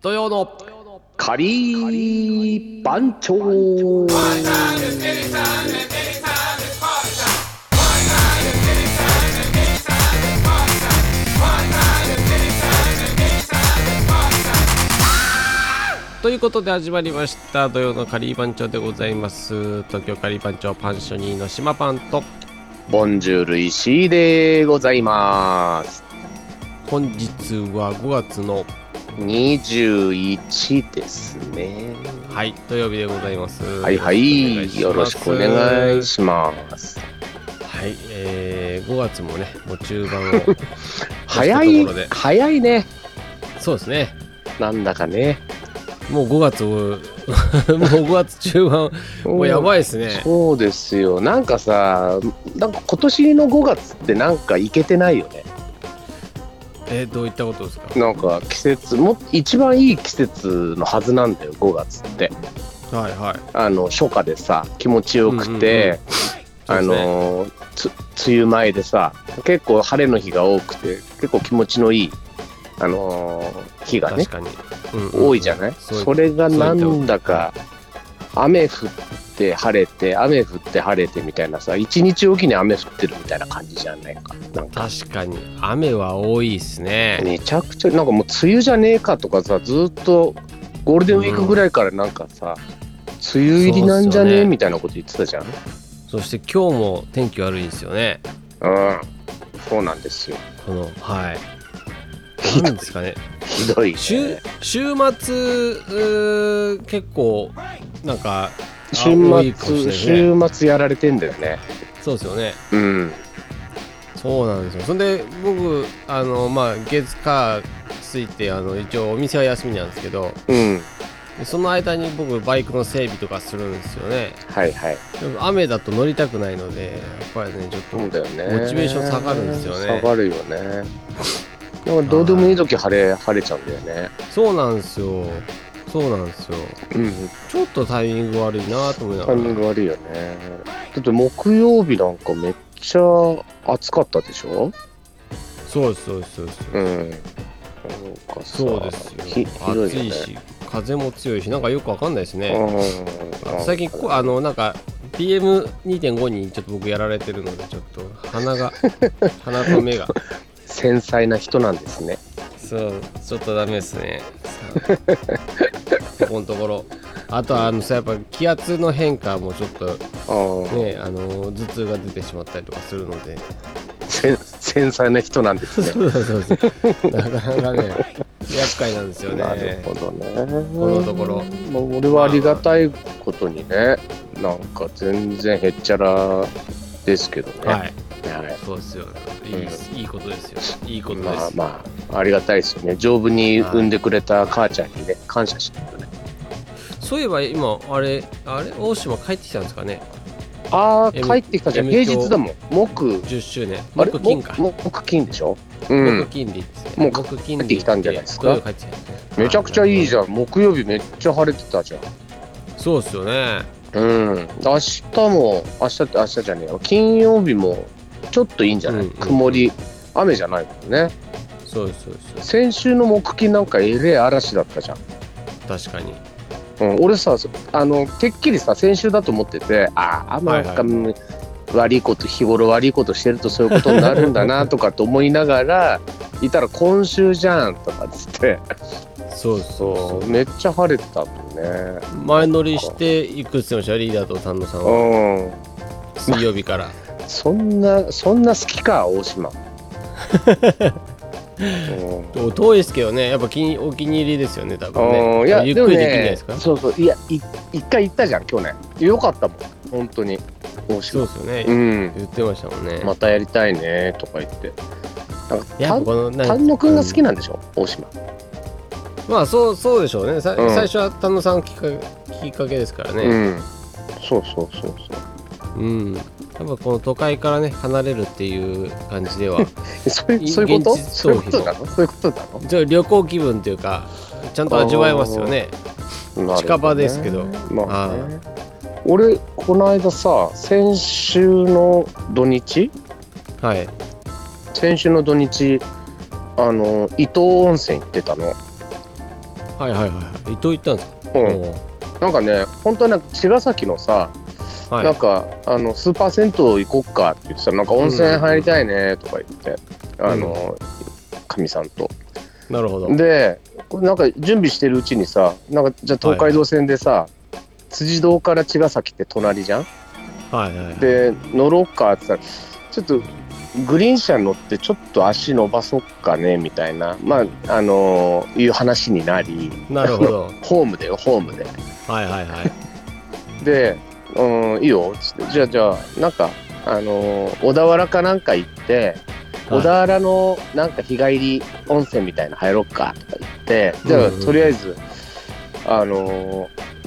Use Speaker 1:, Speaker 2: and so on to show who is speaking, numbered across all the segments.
Speaker 1: 土曜の
Speaker 2: カリー番長
Speaker 1: ということで始まりました土曜のカリー番長でございます東京カリー番長パンショニーの島パンと
Speaker 2: ボンジュール石井でございます。
Speaker 1: 本日は5月の
Speaker 2: 21ですね。
Speaker 1: はい土曜日でございます
Speaker 2: はいは
Speaker 1: お願しま
Speaker 2: い。
Speaker 1: す
Speaker 2: よろしくお願いします。
Speaker 1: はい、えー、5月もねもう中 盤を
Speaker 2: 早
Speaker 1: とい
Speaker 2: いう
Speaker 1: ところで、
Speaker 2: 早いね。
Speaker 1: そうですね
Speaker 2: なんだかね。
Speaker 1: もう5月を もう5月中盤もうやばいですね
Speaker 2: そうですよ。なんかさ、なんか今年の5月ってなんかいけてないよね。
Speaker 1: えー、どういったことですか
Speaker 2: なんか季節も一番いい季節のはずなんだよ。5月って。
Speaker 1: はいはい
Speaker 2: あの初夏でさ気持ちよくて、
Speaker 1: うんうんうん
Speaker 2: あのつ梅雨前でさ結構晴れの日が多くて結構気持ちのいいあのー日がね
Speaker 1: 確かに、うんうんうん
Speaker 2: 多いじゃない
Speaker 1: そう
Speaker 2: それがなんだか雨降って晴れて雨降って晴れてみたいなさ一日おきに雨降ってるみたいな感じじゃないかなんか
Speaker 1: 確かに雨は多いですね
Speaker 2: めちゃくちゃなんかもう梅雨じゃねえかとかさずっとゴールデンウィークぐらいからなんかさ、梅雨入りなんじゃ
Speaker 1: そうっす
Speaker 2: ね
Speaker 1: よ
Speaker 2: え
Speaker 1: ね
Speaker 2: みたいなこと言ってたじゃん
Speaker 1: そして今日も天気悪いですよね
Speaker 2: うん、そうなんですよ。
Speaker 1: このはい
Speaker 2: ひどい
Speaker 1: 何ですかね
Speaker 2: ひどい、ね。
Speaker 1: 週週末うー結構なんか
Speaker 2: 週
Speaker 1: あ多いかもしれ
Speaker 2: 末、
Speaker 1: ないですね
Speaker 2: 週末やられてんだよね。
Speaker 1: そうですよね
Speaker 2: うん。
Speaker 1: そうなんですよそんで僕あのまあ月火水ってあの一応お店は休みなんですけど
Speaker 2: うん。
Speaker 1: その間に僕バイクの整備とかするんですよね
Speaker 2: はいはい。
Speaker 1: でも雨だと乗りたくないのでやっぱりねちょっと
Speaker 2: そうだよね。
Speaker 1: モチベーション下がるんですよね
Speaker 2: 下がるよね。なんかどうでもいい時晴れ、晴れちゃうんだよね。
Speaker 1: そうなんですよそうなんですよ
Speaker 2: うん。
Speaker 1: ちょっとタイミング悪いなと思いなが
Speaker 2: タイ
Speaker 1: ら
Speaker 2: ミング悪いよね。だって木曜日なんかめっちゃ暑かったでしょ
Speaker 1: そうですそうですそうです、
Speaker 2: うん。なんかさ
Speaker 1: そうですよ
Speaker 2: ひひど
Speaker 1: 暑
Speaker 2: い
Speaker 1: い
Speaker 2: よね。
Speaker 1: し風も強いしなんかよくわかんないですね
Speaker 2: うん
Speaker 1: 最近こあのなんか PM2.5 にちょっと僕やられてるのでちょっと鼻 が鼻と目が
Speaker 2: 繊細な人なんですね。
Speaker 1: そうちょっとダメですねさあここのところあとはあのさやっぱ気圧の変化もちょっと
Speaker 2: うん
Speaker 1: ねあの頭痛が出てしまったりとかするので
Speaker 2: 繊繊細な人なんですね。
Speaker 1: そうそうそう なかなかね厄介なんですよね
Speaker 2: なるほどね。
Speaker 1: このところ
Speaker 2: まあ俺はありがたいことにね、なんか全然へっちゃらですけどね。
Speaker 1: はい
Speaker 2: はい
Speaker 1: そうですよ。いい,、いいことですよ。いいことです。
Speaker 2: まあまあ、ありがたいですよね。丈夫に産んでくれた母ちゃんにね、感謝しないとね。
Speaker 1: そういえば今あれあれ大島帰ってきたんですかね。
Speaker 2: ああ、
Speaker 1: M-
Speaker 2: 帰ってきたじゃん。平
Speaker 1: M 響
Speaker 2: 日だもん。木、
Speaker 1: 10周年。
Speaker 2: あれ
Speaker 1: 木金か。
Speaker 2: 木木金でしょう
Speaker 1: 木
Speaker 2: ん。
Speaker 1: 金でいいですね。
Speaker 2: もう
Speaker 1: 木金
Speaker 2: 帰ってきたんじゃないですか
Speaker 1: 土曜帰ってきたんですね
Speaker 2: めちゃくちゃいいじ
Speaker 1: ゃ
Speaker 2: ゃん。木曜日めっちゃ晴れてたじゃん。
Speaker 1: ん。そうですよね。
Speaker 2: うん。明日も、明日って明日じゃねえよ。金曜日も、ちょっといいんじゃない、
Speaker 1: うんうんうん
Speaker 2: 曇り、雨じゃないもんね。
Speaker 1: そうですそうです。
Speaker 2: 先週の木金なんかえれえ嵐だったじゃん、
Speaker 1: 確かに。
Speaker 2: うん、俺さそあのてっきりさ先週だと思っててああなんか、うん悪いこと日頃悪いことしてるとそういうことになるんだなとかと思いながらいたら今週じゃんとかっつって
Speaker 1: そうそ
Speaker 2: そううめっちゃ晴れてたもんね
Speaker 1: 前乗りしていくっつってましたよリーダーと丹野さんは
Speaker 2: う
Speaker 1: 水曜日から。
Speaker 2: んそんなそんな好きか 大島、うん
Speaker 1: 遠いですけどね。やっぱ気にお気に入りですよね多分
Speaker 2: うん
Speaker 1: ね。
Speaker 2: いや
Speaker 1: ゆっ
Speaker 2: でも
Speaker 1: くりできるんじゃないで
Speaker 2: ね
Speaker 1: すか。
Speaker 2: そうそういやい一回行ったじゃん去年よかったもん本当に大島
Speaker 1: そうですよね。
Speaker 2: うん、
Speaker 1: 言ってましたもんね。
Speaker 2: またやりたいねとか言って。なん
Speaker 1: やっぱ
Speaker 2: か
Speaker 1: このな
Speaker 2: た
Speaker 1: んか
Speaker 2: 丹野くんが好きなんでしょ、大島。
Speaker 1: まあそうそうでしょうね、さ
Speaker 2: うん
Speaker 1: 最初は丹野さんきっかきっかけですから
Speaker 2: う
Speaker 1: ね、
Speaker 2: ん。そうそうそう
Speaker 1: うんやっぱこの都会からね離れるっていう感じでは
Speaker 2: そう。そういうそういうこと？
Speaker 1: 現実
Speaker 2: そう
Speaker 1: 逃
Speaker 2: いう
Speaker 1: 避の
Speaker 2: ことなの？そういうことな
Speaker 1: ちょっと旅行気分というかちゃんと味わえますよね
Speaker 2: の？なるほどね
Speaker 1: 近場ですけど。
Speaker 2: まあね。俺この間さ、先週の土日、
Speaker 1: はい
Speaker 2: 先週の土日、あの伊東温泉行ってたの。
Speaker 1: はいはいはいはい伊藤行ったんですか
Speaker 2: うん、なんかね本当はなんか茅ヶ崎のさ、
Speaker 1: おはい
Speaker 2: なんかあのスーパー銭湯行こっかって言ってたらなんか温泉入りたいねとか言って、
Speaker 1: ん
Speaker 2: あのかみさんと
Speaker 1: なるほど
Speaker 2: でこれなんか準備してるうちにさなんかじゃあ東海道線でさ、辻堂から茅ヶ崎って隣じゃん
Speaker 1: はいはいはい
Speaker 2: で乗ろうかって言ったらちょっとグリーン車乗ってちょっと足伸ばそっかねみたいなまああのいう話になり
Speaker 1: なるほど
Speaker 2: ホームだよホームで
Speaker 1: はいはいはい
Speaker 2: で「うんいいよ」つって「じゃあじゃあなんかあのー小田原かなんか行って
Speaker 1: はい
Speaker 2: 小田原のなんか日帰り温泉みたいな入ろっか」とか言って「じゃ
Speaker 1: う
Speaker 2: あ
Speaker 1: んうん
Speaker 2: とりあえずあのー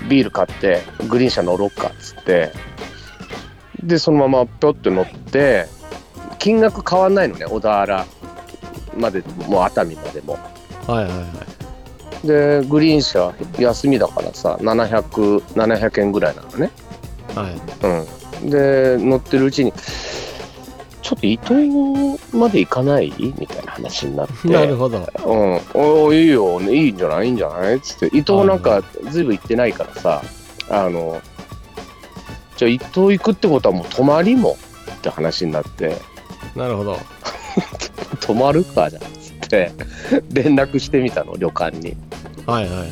Speaker 2: ビール買ってグリーン車乗ろっか」っつってでそのままぴょって乗って金額変わんないのね小田原までもう熱海までも。
Speaker 1: はいはいはい
Speaker 2: でグリーン車休みだからさ700700 700円ぐらいなのね。
Speaker 1: はい
Speaker 2: うん、で乗ってるうちにちょっと伊東まで行かないみたいな話になって「
Speaker 1: なるほど
Speaker 2: うん、おいいよいいんじゃないいいんじゃない?」っつって伊東なんかずいぶん行ってないからさあのじゃあ伊東行くってことはもう泊まりもって話になって
Speaker 1: なるほど
Speaker 2: 「泊まるか」じゃんっつって連絡してみたの旅館に。
Speaker 1: はいはいはい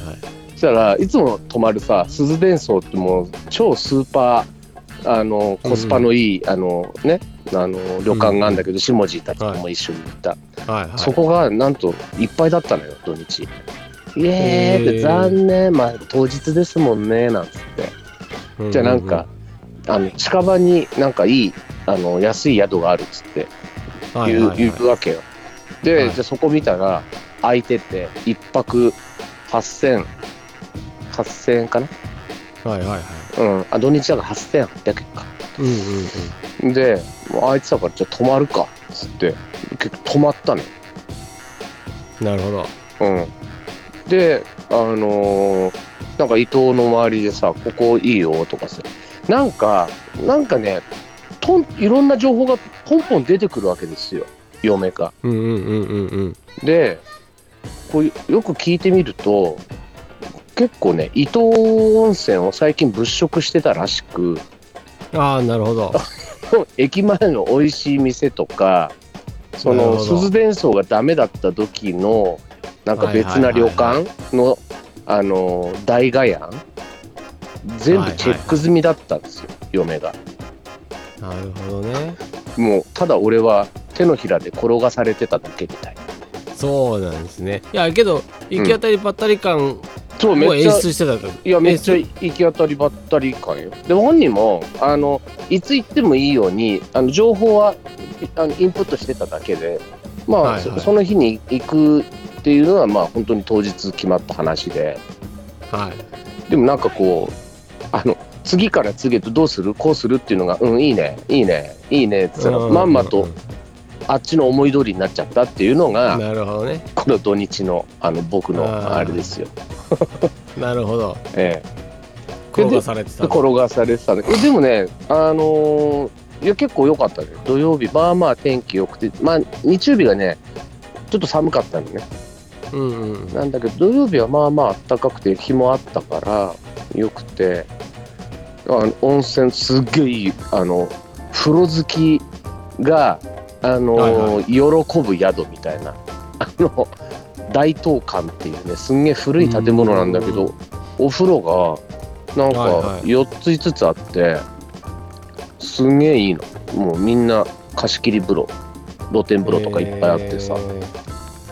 Speaker 2: そしたらいつも泊まるさ鈴伝荘ってもう超スーパーあのコスパのいい、あのねあの旅館があるんだけど、下地たちとも一緒に行った、
Speaker 1: はいはい
Speaker 2: そこがなんといっぱいだったのよ土日イエーイって
Speaker 1: へー
Speaker 2: 残念まあ当日ですもんねなんつって
Speaker 1: ううう
Speaker 2: じゃあなんか、あの近場になんかいいあの安い宿があるっつって
Speaker 1: は
Speaker 2: 言,、
Speaker 1: いうはいはい
Speaker 2: 言うわけよで、
Speaker 1: はい
Speaker 2: じゃあそこ見たら空いてて一泊8000 8000円かな
Speaker 1: はいはいはい
Speaker 2: うん、あ土日だから8800円か
Speaker 1: うんうんうん
Speaker 2: でもう空いてたからじゃあ泊まるかっつって結局泊まったのよ、
Speaker 1: なるほど
Speaker 2: うん、であのーなんか伊藤の周りでさここいいよとかさなんかなんかねとんいろんな情報がポンポン出てくるわけですよ嫁が
Speaker 1: うんうんうんうんうん
Speaker 2: でこうよく聞いてみると結構ね伊東温泉を最近物色してたらしく
Speaker 1: ああなるほど
Speaker 2: 駅前の美味しい店とかそ
Speaker 1: なる
Speaker 2: の
Speaker 1: ほど
Speaker 2: 鈴伝荘がダメだった時のなんか別な
Speaker 1: はいはい
Speaker 2: 旅
Speaker 1: はい
Speaker 2: 館のあの大雅屋全部チェック済みだったんですよ、嫁が
Speaker 1: なるほどね
Speaker 2: もうただ俺は手のひらで転がされてただけみたいな
Speaker 1: そうなんですねいやけど行き当たりばったり感を
Speaker 2: そうめっ
Speaker 1: 演
Speaker 2: ちゃ
Speaker 1: 出してたから
Speaker 2: いやめっちゃ行き当たりばったり感よで本人もあのいつ行ってもいいようにあの情報はいあのインプットしてただけでまあ、
Speaker 1: はいはい
Speaker 2: そその日に行くっていうのはまあ本当に当日決まった話で
Speaker 1: はい
Speaker 2: でもなんかこうあの次から次へとどうするこうするっていうのがうんいいねいいねいいねって言ったらまんま
Speaker 1: う
Speaker 2: と
Speaker 1: うう
Speaker 2: あっちの思い通りになっちゃったっていうのが
Speaker 1: なるほどね
Speaker 2: この土日のあの僕の
Speaker 1: あー
Speaker 2: あれですよ。
Speaker 1: なるほど
Speaker 2: ええ
Speaker 1: 転がされてたの
Speaker 2: 転がされてたねでもねあのーいや結構良かったね土曜日まあまあ天気良くてまあ日曜日がねちょっと寒かったのね
Speaker 1: うんうん
Speaker 2: なんだけど土曜日はまあまあ暖かくて日もあったから良くてあの温泉すっげえいいあの風呂好きがあのー
Speaker 1: は
Speaker 2: 喜ぶ宿みたいな あの大東館っていうねすんげえ古い建物なんだけ
Speaker 1: う
Speaker 2: どお風呂がなんか
Speaker 1: はいはい
Speaker 2: 4つ5つあってすんげえいいのもうみんな貸し切り風呂露天風呂とかいっぱいあってさ
Speaker 1: へ、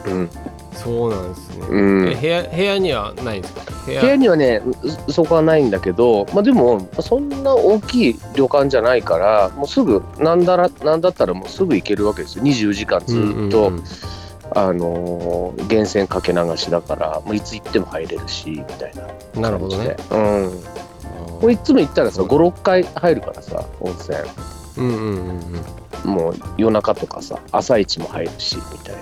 Speaker 1: ー
Speaker 2: うん
Speaker 1: そうなんですね
Speaker 2: うん、
Speaker 1: え部屋部屋にはないんですか部
Speaker 2: 部屋にはねうそこはないんだけど、まあ、でもそんな大きい旅館じゃないからもうすぐなんだらなんだったらもうすぐ行けるわけですよ24時間ずっと、
Speaker 1: うんうんうん
Speaker 2: あのー源泉かけ流しだからもういつ行っても入れるしみたいな感じで
Speaker 1: なるほどね、
Speaker 2: うん、これいつも行ったらさ56回入るからさ温泉
Speaker 1: うんうんうんうん
Speaker 2: もう夜中とかさ朝一も入るしみたいな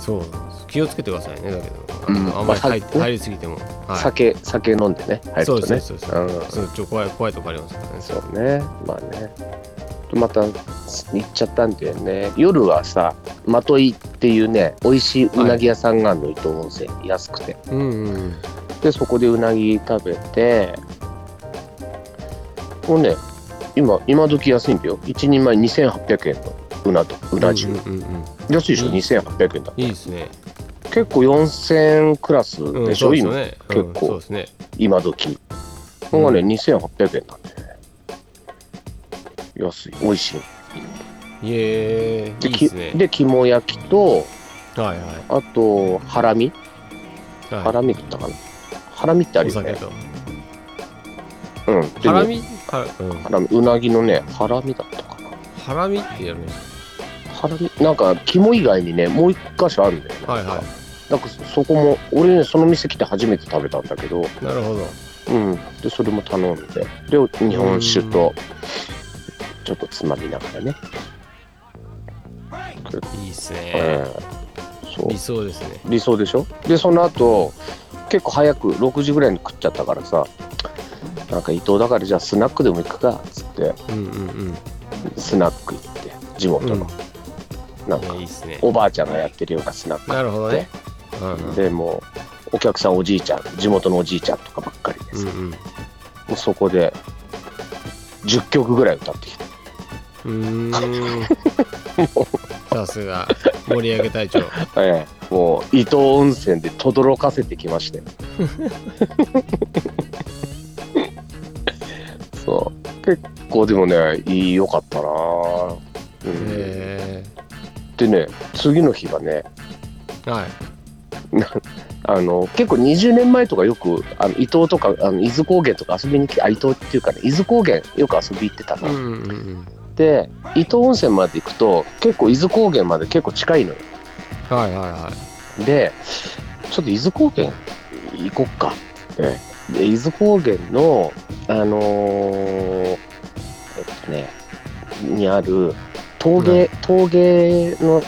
Speaker 1: そうなんです気をつけてくださいねだけどあ
Speaker 2: うん
Speaker 1: のあんまり入っ
Speaker 2: まあ
Speaker 1: 入りすぎてもは
Speaker 2: 酒酒飲んでね入
Speaker 1: い
Speaker 2: る
Speaker 1: そう
Speaker 2: と
Speaker 1: ですね
Speaker 2: ね
Speaker 1: そうです
Speaker 2: う
Speaker 1: ねそ
Speaker 2: ん
Speaker 1: うちょっと怖い怖いとこありますからね
Speaker 2: そうねまあねとまた行っちゃったんだよね夜はさまといっていうね美味しいうなぎ屋さんがあるの、伊東温泉安くて
Speaker 1: うんうん
Speaker 2: でそこでうなぎ食べてもうね今今時安いんだよ1人前2800円のうなとうな重、
Speaker 1: うんうんうん
Speaker 2: 安いでしょ
Speaker 1: うん
Speaker 2: 2800円だ
Speaker 1: いいですね
Speaker 2: 結構4000クラス
Speaker 1: う
Speaker 2: で
Speaker 1: ん
Speaker 2: しょ、
Speaker 1: そうですよ
Speaker 2: 今
Speaker 1: ね
Speaker 2: 結構
Speaker 1: うんそうですね
Speaker 2: 今時これがね、2800円なんでね安い美味しい
Speaker 1: いえ
Speaker 2: で
Speaker 1: いいですね
Speaker 2: きで肝焼きと
Speaker 1: はいは
Speaker 2: あとハラミ
Speaker 1: い
Speaker 2: ハ
Speaker 1: は
Speaker 2: ラミ食ったかなハラミってあ
Speaker 1: いお
Speaker 2: るよ
Speaker 1: 酒
Speaker 2: ね
Speaker 1: と
Speaker 2: うんで
Speaker 1: ハラミはうん
Speaker 2: ハラミうなぎのねハラミだったかな
Speaker 1: ハラミってやるんです
Speaker 2: ハラミなんか肝以外にねもう一箇所あるんだよね
Speaker 1: はいは
Speaker 2: なんかそこも俺ねその店来て初めて食べたんだけど
Speaker 1: いなるほど
Speaker 2: うんでそれも頼んでで日本酒とちょっとつまみながらね
Speaker 1: いいっす
Speaker 2: うん
Speaker 1: ね
Speaker 2: そう
Speaker 1: 理想ですね
Speaker 2: 理想でしょでその後結構早く6時ぐらいに食っちゃったからさなんか伊藤だからじゃあスナックでも行くかっつって
Speaker 1: うんうんうん
Speaker 2: スナック行って地元の、なんか
Speaker 1: いやいいっすね
Speaker 2: おばあちゃんがやってるようなスナック
Speaker 1: なるほどねうんうん
Speaker 2: でもうお客さんおじいちゃん地元のおじいちゃんとかばっかりで
Speaker 1: う
Speaker 2: さ、
Speaker 1: ん
Speaker 2: もうそこで10曲ぐらい歌ってきた
Speaker 1: うんうーんさすが盛り上げ隊長
Speaker 2: ええもう伊東温泉でとどろかせてき ましてそう結構でもねいい良かったなうん
Speaker 1: へ
Speaker 2: でね次の日がね
Speaker 1: えはい
Speaker 2: あの結構20年前とかよくあの伊東とかあの伊豆高原とか遊びに来てあ伊東っていうかね伊豆高原よく遊び行ってた
Speaker 1: う
Speaker 2: の、
Speaker 1: んうんうん
Speaker 2: で伊東温泉まで行くと結構伊豆高原まで結構近いのよ
Speaker 1: はいはいはい
Speaker 2: でちょっと伊豆高原行こっか、ええで伊豆高原のあのーえっとねにある陶芸、陶芸の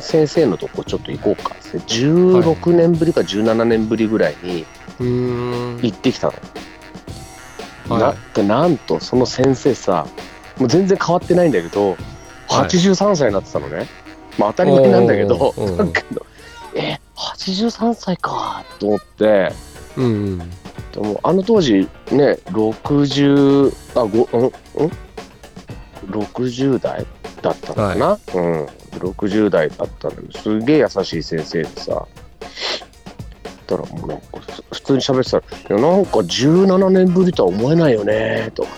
Speaker 2: 先生のとこちょっと行こうかっつって16年ぶりか17年ぶりぐらいに
Speaker 1: うーん
Speaker 2: 行ってきたの、
Speaker 1: はい
Speaker 2: なでなんとその先生さもう全然変わってないんだけど
Speaker 1: はい
Speaker 2: 83歳になってたのね、まあ当たり前なんだけど
Speaker 1: おーおーおー
Speaker 2: だけどえ83歳かと思って
Speaker 1: うんうん
Speaker 2: でもあの当時ね60あごうんうん60代だったのかな、うん60代だったのにすげえ優しい先生でさだからもうなんかふ普通に喋ってたら「いやなんか17年ぶりとは思えないよね」とか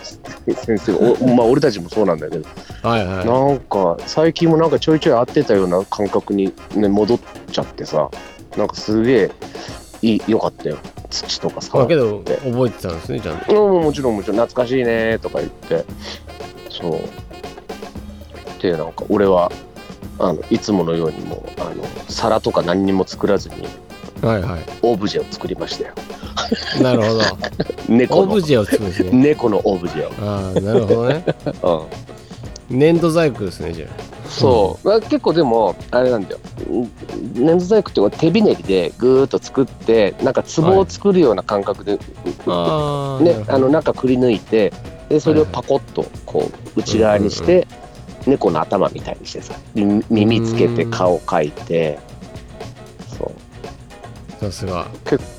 Speaker 2: 先生が おまあ俺たちもそうなんだけど、
Speaker 1: はいはい
Speaker 2: なんか最近もなんかちょいちょい会ってたような感覚に、ね、戻っちゃってさなんかすげえいいよかったよ土とかさ
Speaker 1: まあけど覚えてたんですねちゃんと
Speaker 2: うん、もちろんもちろん懐かしいねとか言ってそうでなんか俺はあのいつものようにもうあの皿とか何にも作らずに
Speaker 1: はいはい
Speaker 2: オブジェを作りましたよ
Speaker 1: なるほど
Speaker 2: 猫
Speaker 1: オ
Speaker 2: の
Speaker 1: ブジェを作るんですね
Speaker 2: 猫のオブジェ
Speaker 1: ああなるほどね
Speaker 2: を、
Speaker 1: 粘土細工ですねじゃ
Speaker 2: うん、そう、まあ結構でもあれなんだようん粘土細工ってこう手びねりでぐーっと作ってなんか壺を作るような感覚で、
Speaker 1: あああ
Speaker 2: ね、あの中くり抜いてでそれをパコッとこう内側にして、猫の頭みたいにしてさみ耳つけて
Speaker 1: うん
Speaker 2: 顔描いてそう
Speaker 1: さすが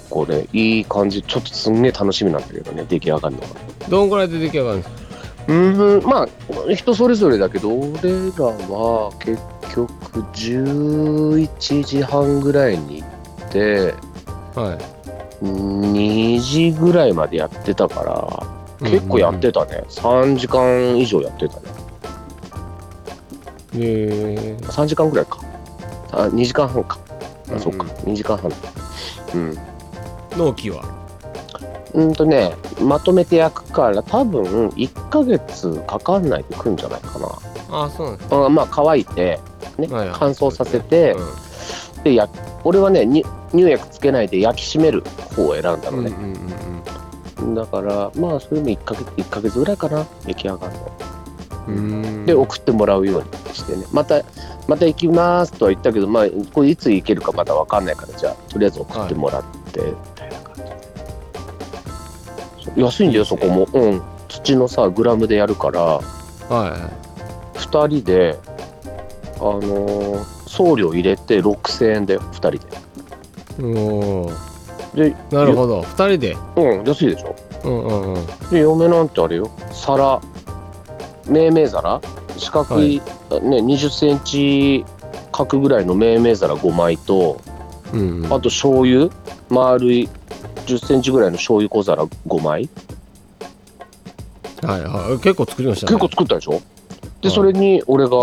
Speaker 2: これいい感じちょっとすんげえ楽しみなんだけどね出来上がるのが
Speaker 1: どんぐらいで出来上がるんですか
Speaker 2: うんまあ人それぞれだけど俺らは結局11時半ぐらいに行って
Speaker 1: はい
Speaker 2: 2時ぐらいまでやってたから結構やってたね、3時間以上やってたね
Speaker 1: へえ
Speaker 2: 3時間ぐらいかあ2時間半かあ、
Speaker 1: うん
Speaker 2: そっか2時間半うん
Speaker 1: 納期は
Speaker 2: うんとねまとめて焼くから多分1ヶ月かかんないでくんじゃないかな
Speaker 1: ああそうなんです
Speaker 2: あまあ乾いて、ね
Speaker 1: はいはい
Speaker 2: 乾燥させて、でや俺はねに乳液つけないで焼き締める方を選んだ
Speaker 1: うんうん
Speaker 2: の
Speaker 1: う
Speaker 2: ね、
Speaker 1: んうんうん
Speaker 2: だからまあそれも1ヶ月1ヶ月ぐらいかな出来上がる
Speaker 1: う
Speaker 2: の
Speaker 1: ーん
Speaker 2: で送ってもらうようにしてねまたまた行きますとは言ったけど、まあ、これいつ行けるかまだ分かんないからじゃあとりあえず送ってもらって、みたいな感じそう安いんだよそこも、うん土のさグラムでやるから
Speaker 1: はい
Speaker 2: 2人で、あのー送料入れて6000円だよ2人
Speaker 1: おお
Speaker 2: でで
Speaker 1: なるほど2人で
Speaker 2: うん安いでしょ
Speaker 1: うんうんうん
Speaker 2: で嫁なんてあれよ皿命名皿四角い、ね、2 0ンチ角ぐらいの命名皿5枚と
Speaker 1: うんうん
Speaker 2: あと醤油丸い1 0ンチぐらいの醤油小皿5枚
Speaker 1: はいはい結構作りましたね
Speaker 2: 結構作ったでしょで、
Speaker 1: はい
Speaker 2: それに俺が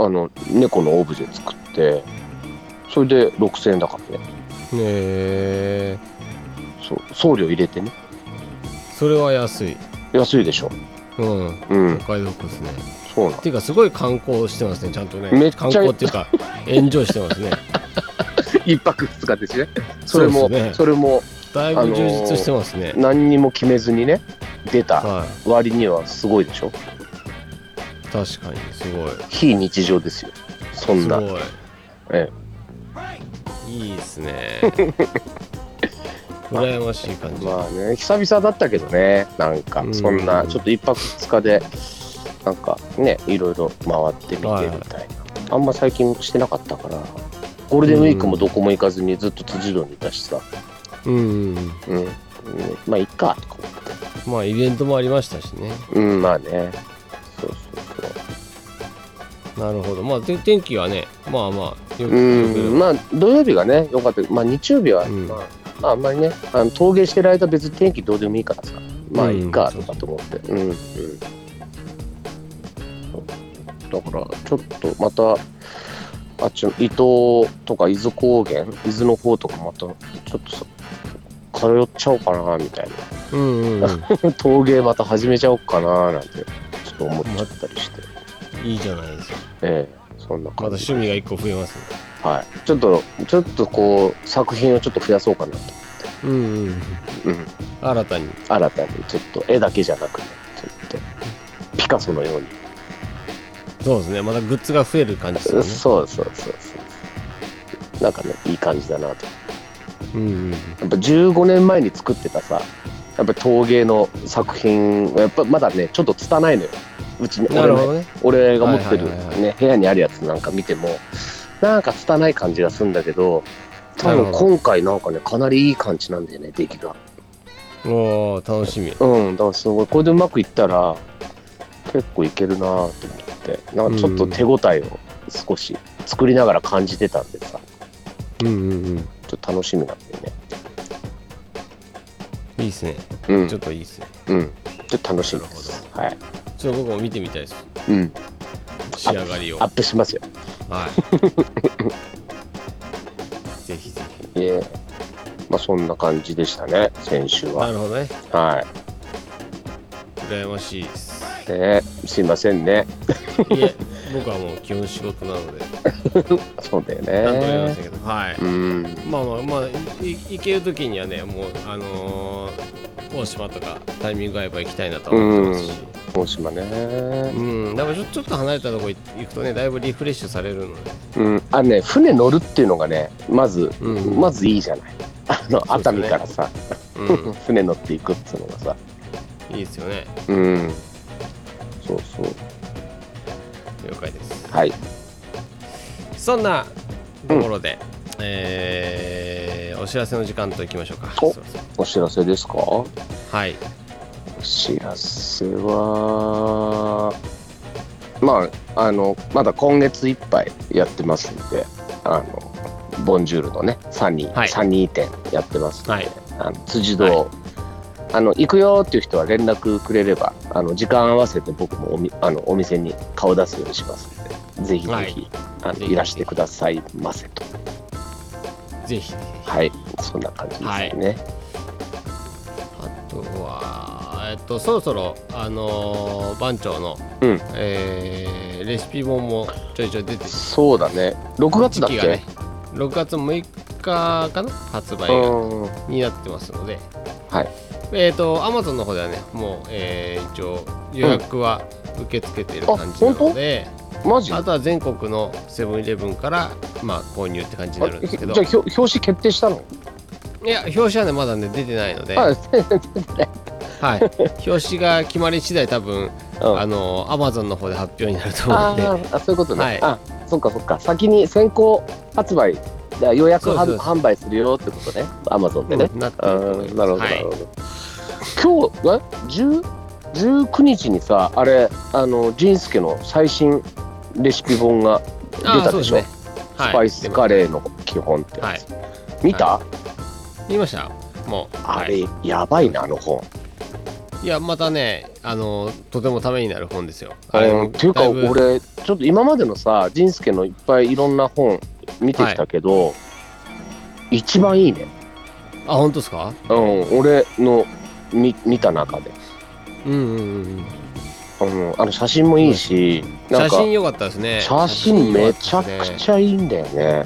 Speaker 2: あの猫のオブジェ作ってそれで6000円だからね
Speaker 1: ねえ
Speaker 2: そう送料入れてね
Speaker 1: それは安い
Speaker 2: 安いでしょ
Speaker 1: うん
Speaker 2: うん
Speaker 1: お買い得ですねっ
Speaker 2: そう なん
Speaker 1: ていうかすごい観光してますねちゃんとね
Speaker 2: めっちゃ
Speaker 1: 観光っていうかエンジョイしてますね
Speaker 2: 1泊2日ですね それも
Speaker 1: そうですね
Speaker 2: それも
Speaker 1: だいぶ充実してますね、
Speaker 2: 何にも決めずにね出た
Speaker 1: はい
Speaker 2: 割にはすごいでしょ
Speaker 1: 確かにすごい
Speaker 2: 非日常ですよそん
Speaker 1: す
Speaker 2: な
Speaker 1: ごい
Speaker 2: え
Speaker 1: いいです ね羨ましい感じ、
Speaker 2: まあね久々だったけどねなんか
Speaker 1: うん
Speaker 2: そんなちょっと1泊2日でなんかねいろいろ回ってみてみた
Speaker 1: はいい
Speaker 2: な、
Speaker 1: はい
Speaker 2: あんま最近してなかったからゴールデンウィークもどこも行かずにずっと辻堂にいたしさ、
Speaker 1: うんうんうん
Speaker 2: うんうんまあいっかとか思って
Speaker 1: まあイベントもありましたしね
Speaker 2: うんまあねそうそうそう
Speaker 1: なるほどまあて天気はねまあまあよくよく
Speaker 2: うんまあ土曜日がね良かったけどまあ日曜日は、
Speaker 1: うん
Speaker 2: まあ、まああんまりねあの陶芸してる間別に天気どうでもいいからさまあいいかとかと思ってうんうん、だからちょっとまたあっちの伊東とか伊豆高原伊豆の方とかまたちょっとさ通っちゃおうかな みたい
Speaker 1: うんうんうん
Speaker 2: な陶芸また始めちゃおうかななんてちょっと思っちゃったりして、
Speaker 1: いいじゃないですか
Speaker 2: ええそんな
Speaker 1: また
Speaker 2: 感じ
Speaker 1: 趣味が一個増えますね
Speaker 2: はい、ちょっとちょっとこう作品をちょっと増 やそうかなと、
Speaker 1: うんうん
Speaker 2: うん、
Speaker 1: 新たに
Speaker 2: 新たにちょっと絵だけじゃなくねちょっとピカソのように、
Speaker 1: そうですねまたグッズが増える感じです
Speaker 2: そ
Speaker 1: よ
Speaker 2: う
Speaker 1: ね
Speaker 2: そうそうそうなんかねいい感じだなと
Speaker 1: うんうん
Speaker 2: やっぱ15年前に作ってたさやっぱ陶芸の作品はやっぱまだねちょっと拙いのようちに
Speaker 1: うんな
Speaker 2: 俺,、
Speaker 1: るほどね
Speaker 2: 俺が持ってる、
Speaker 1: はいはいはいはい
Speaker 2: ね、部屋にあるやつなんか見てもなんか拙い感じがするんだけど多
Speaker 1: なるほ
Speaker 2: 分
Speaker 1: ど
Speaker 2: 今回なんかねかなりいい感じなんだよね出来が。
Speaker 1: おお楽しみ
Speaker 2: うん、だからすごい、これでうまくいったら、結構いけるなと思って、なんかちょっと手応えを少し作りながら感じてたんでさ、
Speaker 1: うんうんうん
Speaker 2: ちょっと楽しみなんだよね。
Speaker 1: いいですね
Speaker 2: うん、
Speaker 1: ち
Speaker 2: ち
Speaker 1: ょ
Speaker 2: ょ
Speaker 1: っといいですね
Speaker 2: うん、ちょっと楽しみです。はい。
Speaker 1: ちょっと僕も見てみたいです
Speaker 2: うん、
Speaker 1: 仕上がりを
Speaker 2: アップしますよ。
Speaker 1: はい ぜひぜひ
Speaker 2: いえ。まあそんな感じでしたね、先週
Speaker 1: な
Speaker 2: は。
Speaker 1: るほどね
Speaker 2: は
Speaker 1: 羨ましい です
Speaker 2: い。ねすいませんね。
Speaker 1: いえ僕はもう基本仕事なので
Speaker 2: そうだよ
Speaker 1: 何度も言いまし
Speaker 2: ね。
Speaker 1: たけどはい
Speaker 2: うん。
Speaker 1: まあまあまあい行ける時にはねもうあのー大島とかタイミング合えば行きたいなとは思ってますし
Speaker 2: 大島ね。
Speaker 1: うんだからちょちょっと離れたとこ行行くとねだいぶリフレッシュされるので
Speaker 2: うん、あのね船乗るっていうのがねまず、
Speaker 1: うん
Speaker 2: まずいいじゃないあの
Speaker 1: そうですね
Speaker 2: 熱海からさ、
Speaker 1: う
Speaker 2: 船乗っていくっていうのがさ
Speaker 1: んいいですよね
Speaker 2: うんそうそう
Speaker 1: 了解です
Speaker 2: はい
Speaker 1: そんなところで、えーお知らせの時間といきましょうか
Speaker 2: お
Speaker 1: そうそう
Speaker 2: お知らせですかお
Speaker 1: はい
Speaker 2: 知らせはまああのまだ今月いっぱいやってますんであのボンジュールのねサニー、
Speaker 1: はい
Speaker 2: サニー店やってますんで、
Speaker 1: はい
Speaker 2: あの辻堂、あの行くよっていう人は連絡くれればあの時間合わせて僕もおみあのお店に顔出すようにしますのでぜひぜひ、
Speaker 1: はい
Speaker 2: あ
Speaker 1: ぜ
Speaker 2: の
Speaker 1: ひ
Speaker 2: いらしてくださいませと
Speaker 1: ぜひ
Speaker 2: はいそんな感じですね、
Speaker 1: あとは、えっと、そろそろ、あのー番長の、
Speaker 2: うん
Speaker 1: えーレシピ本もちょいちょい出てき
Speaker 2: そうだね6月だっ
Speaker 1: 時
Speaker 2: け、
Speaker 1: 期がね、6月6日かな発売
Speaker 2: う
Speaker 1: が
Speaker 2: んは
Speaker 1: になってますので、
Speaker 2: い
Speaker 1: えっ、と、アマゾンの方ではね、もう、えー一応予約は受け付けている
Speaker 2: うんあ
Speaker 1: 感じなので、
Speaker 2: マジ
Speaker 1: あとは全国のセブンイレブンから、まあ、購入って感じになるんですけど、
Speaker 2: じゃあひょ表紙決定したの、
Speaker 1: いや、表紙はね、まだね、出てないので、
Speaker 2: あ
Speaker 1: はい、表紙が決まり次第多分、
Speaker 2: うん
Speaker 1: あのアマゾンの方で発表になると思うんで
Speaker 2: あーあそういうことね、
Speaker 1: はい
Speaker 2: あそっかそっか先に先行発売だ予約は
Speaker 1: そうです
Speaker 2: 販売するよってことねアマゾンでね、
Speaker 1: うんなって
Speaker 2: う
Speaker 1: る
Speaker 2: ん
Speaker 1: と思います
Speaker 2: なるほど、
Speaker 1: は
Speaker 2: ないるほど今日え10 19日にさあれあの仁助の最新レシピ本が出
Speaker 1: あーそ
Speaker 2: た
Speaker 1: う
Speaker 2: で
Speaker 1: で
Speaker 2: し
Speaker 1: す
Speaker 2: ょ
Speaker 1: ね
Speaker 2: スパイスカレーの基本ってやつ、見た、
Speaker 1: 言いましたもう
Speaker 2: あ
Speaker 1: はい、
Speaker 2: れ、やばいなあの本
Speaker 1: いやまたねあのとてもためになる本ですよあれ
Speaker 2: う
Speaker 1: も
Speaker 2: んっていう
Speaker 1: だ
Speaker 2: か
Speaker 1: ぶ
Speaker 2: 俺ちょっと今までのさ仁助のいっぱいいろんな本見てきたけど、一番いいね
Speaker 1: あ本当ですか
Speaker 2: うん俺の見見た中で、
Speaker 1: うんうんうん
Speaker 2: うん、あの写真もいいし、な
Speaker 1: 写
Speaker 2: んか
Speaker 1: 真良かったですね
Speaker 2: 写真めちゃく
Speaker 1: ゃ
Speaker 2: ちゃいいんだよね。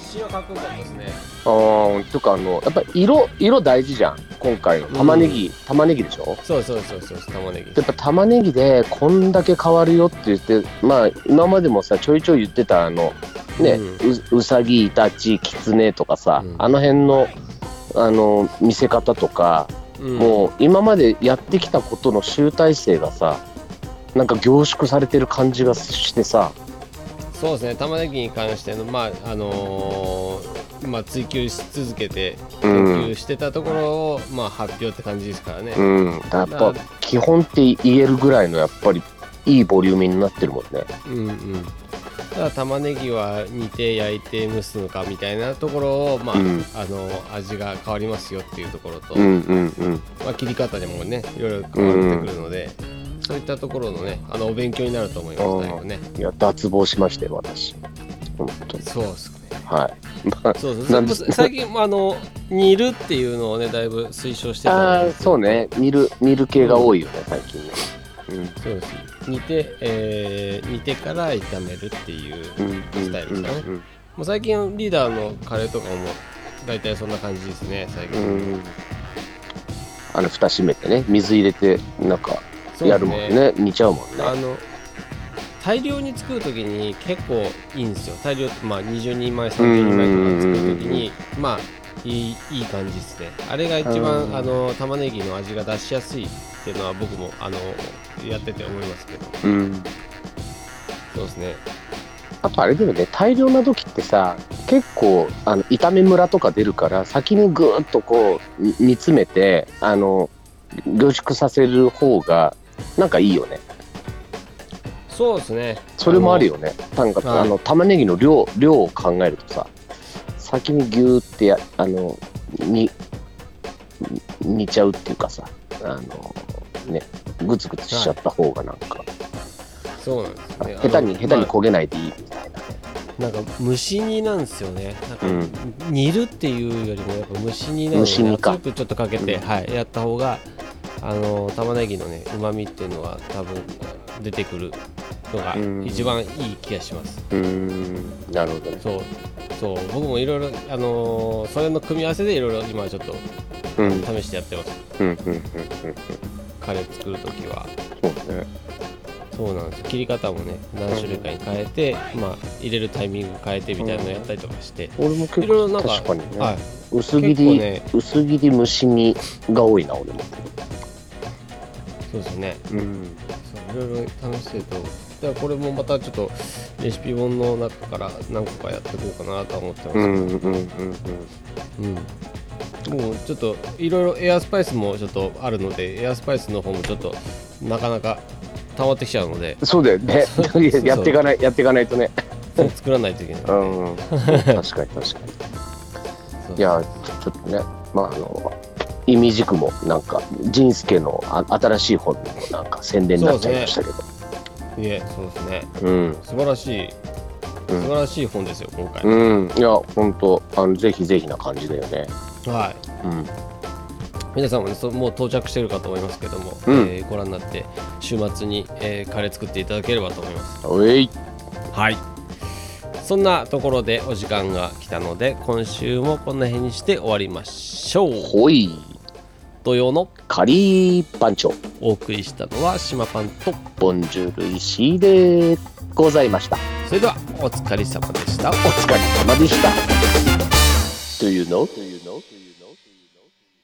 Speaker 1: 写真はかっこよかったですね
Speaker 2: うん、とかあのやっぱり色色大事じゃん今回の玉ねぎ、玉ねぎでしょ
Speaker 1: そうそうそうそう玉ねぎ
Speaker 2: やっぱ玉ねぎでこんだけ変わるよって言ってまあ今までもさちょいちょい言ってたあのね、ううさぎイタチキツネとかさ、
Speaker 1: うん
Speaker 2: あの辺のあの見せ方とか、
Speaker 1: うん
Speaker 2: もう今までやってきたことの集大成がさなんか凝縮されてる感じがしてさ、
Speaker 1: そうですね玉ねぎに関してのまああのーまあ追求し続けて
Speaker 2: う
Speaker 1: 研
Speaker 2: ん
Speaker 1: 究してたところを、まあ発表って感じですからね、
Speaker 2: うん、やっぱ基本って言えるぐらいのやっぱりいいボリュームになってるもんね。
Speaker 1: うんうんただ玉ねぎは煮て焼いて蒸すのかみたいなところを、まあ
Speaker 2: うん
Speaker 1: あの味が変わりますよっていうところと、
Speaker 2: うんうんうん
Speaker 1: まあ、切り方でもねいろいろ変わってくるので、そういったところのねあのお勉強になると思います
Speaker 2: うん
Speaker 1: だいぶね
Speaker 2: いや脱帽しましたよ私本当に
Speaker 1: そうですね
Speaker 2: はい、まあ
Speaker 1: そう
Speaker 2: なんで
Speaker 1: そう最近もあの煮るっていうのをねだいぶ推奨してた
Speaker 2: あ
Speaker 1: ん
Speaker 2: ー
Speaker 1: ですけど
Speaker 2: そうね煮る煮る系が多いよね、最近ね
Speaker 1: そうです煮て、えー煮てから炒めるっていう
Speaker 2: うんうんうん
Speaker 1: スタイル
Speaker 2: う
Speaker 1: で
Speaker 2: ん
Speaker 1: すかもう最近リーダーのカレーとかも大体そんな感じですね最近、
Speaker 2: うんうんあの蓋閉めてね水入れてなんか
Speaker 1: そうで
Speaker 2: や
Speaker 1: す
Speaker 2: るもんね煮ちゃうもんね
Speaker 1: あの大量に作るときに結構いいんですよ大量まあ20人前30人前とか作るときにまあいいいい感じですねあれが一
Speaker 2: う
Speaker 1: 番
Speaker 2: ん
Speaker 1: あの玉ねぎの味が出しやすいっていうのは僕もあのやってて思いますけど
Speaker 2: うん
Speaker 1: そうですね
Speaker 2: あとあれだよね大量な時ってさ結構あの炒めムラとか出るから先にぐーっとこうに煮詰めてあの凝縮させる方がなんかいいよね
Speaker 1: そうですね
Speaker 2: それもあるよねなんか、
Speaker 1: はい
Speaker 2: あの玉ねぎの量量を考えるとさ先にギューってやあのにに煮ちゃうっていうかさあのねグツグツしちゃった方がなんか、
Speaker 1: そうなんですねあの
Speaker 2: 下手に下手
Speaker 1: ま
Speaker 2: に
Speaker 1: あ
Speaker 2: 焦げないでいいみたいな、
Speaker 1: なんか蒸し煮なんですよねなんか
Speaker 2: うん
Speaker 1: 煮るっていうよりもやっぱ蒸し煮なの
Speaker 2: 蒸
Speaker 1: で、
Speaker 2: し煮か
Speaker 1: 圧力ちょっとかけて、
Speaker 2: うん
Speaker 1: はい、やった方があの玉ねぎのねうまみっていうのは多分出てくるのが
Speaker 2: うん
Speaker 1: 一番いい気がします、
Speaker 2: うんなるほどね
Speaker 1: そうそう僕もいろいろあのーそれの組み合わせでいろいろ今ちょっと
Speaker 2: うんうん
Speaker 1: 試してやってます
Speaker 2: うんうんうんうん
Speaker 1: カレー作るときは
Speaker 2: そうね
Speaker 1: そうなんですよ切り方もね何種類かに変えて、まあ入れるタイミング変えてみたいなのやったりとかして、
Speaker 2: 俺も結
Speaker 1: いろいろな
Speaker 2: 構
Speaker 1: んか
Speaker 2: 確かにね、
Speaker 1: はい
Speaker 2: 薄切
Speaker 1: 結構
Speaker 2: り、
Speaker 1: ね
Speaker 2: 薄切り蒸し煮が多いな俺も
Speaker 1: そうですよね
Speaker 2: うん
Speaker 1: そういろいろ試してるとだからこれもまたちょっとレシピ本の中から何個かやっていこうかなとは思ってます、
Speaker 2: うんうんうんうん
Speaker 1: うんもうちょっといろいろエアスパイスもちょっとあるのでエアスパイスの方もちょっとなかなか溜まってきちゃうので
Speaker 2: そうだよね やっていかないやっていかないとね
Speaker 1: 作らないといけない
Speaker 2: うん、確かに確かに。
Speaker 1: そう
Speaker 2: いや、ちょっとね、まあ、あの、意味軸も、なんか、仁助のあ新しい本の、なんか、宣伝になっちゃいましたけど。
Speaker 1: いえそうですね
Speaker 2: うん、
Speaker 1: 素晴らしい素晴らしい本ですよ今回、
Speaker 2: うん、いや、本当、あの、ぜひぜひな感じだよね。
Speaker 1: はい
Speaker 2: うん、
Speaker 1: 皆さんもね、そもう到着してるかと思いますけども、
Speaker 2: うん
Speaker 1: えーご覧になって週末に、えーカレー作っていただければと思います
Speaker 2: おい、
Speaker 1: はいそんなところでお時間が来たので今週もこんな辺にして終わりましょう
Speaker 2: ほい、
Speaker 1: 土曜の
Speaker 2: カリー番長、
Speaker 1: お送りしたのは島パンと
Speaker 2: ボンジュール石井でございました。
Speaker 1: それではお疲れ様でした
Speaker 2: お疲れ様でした。というの。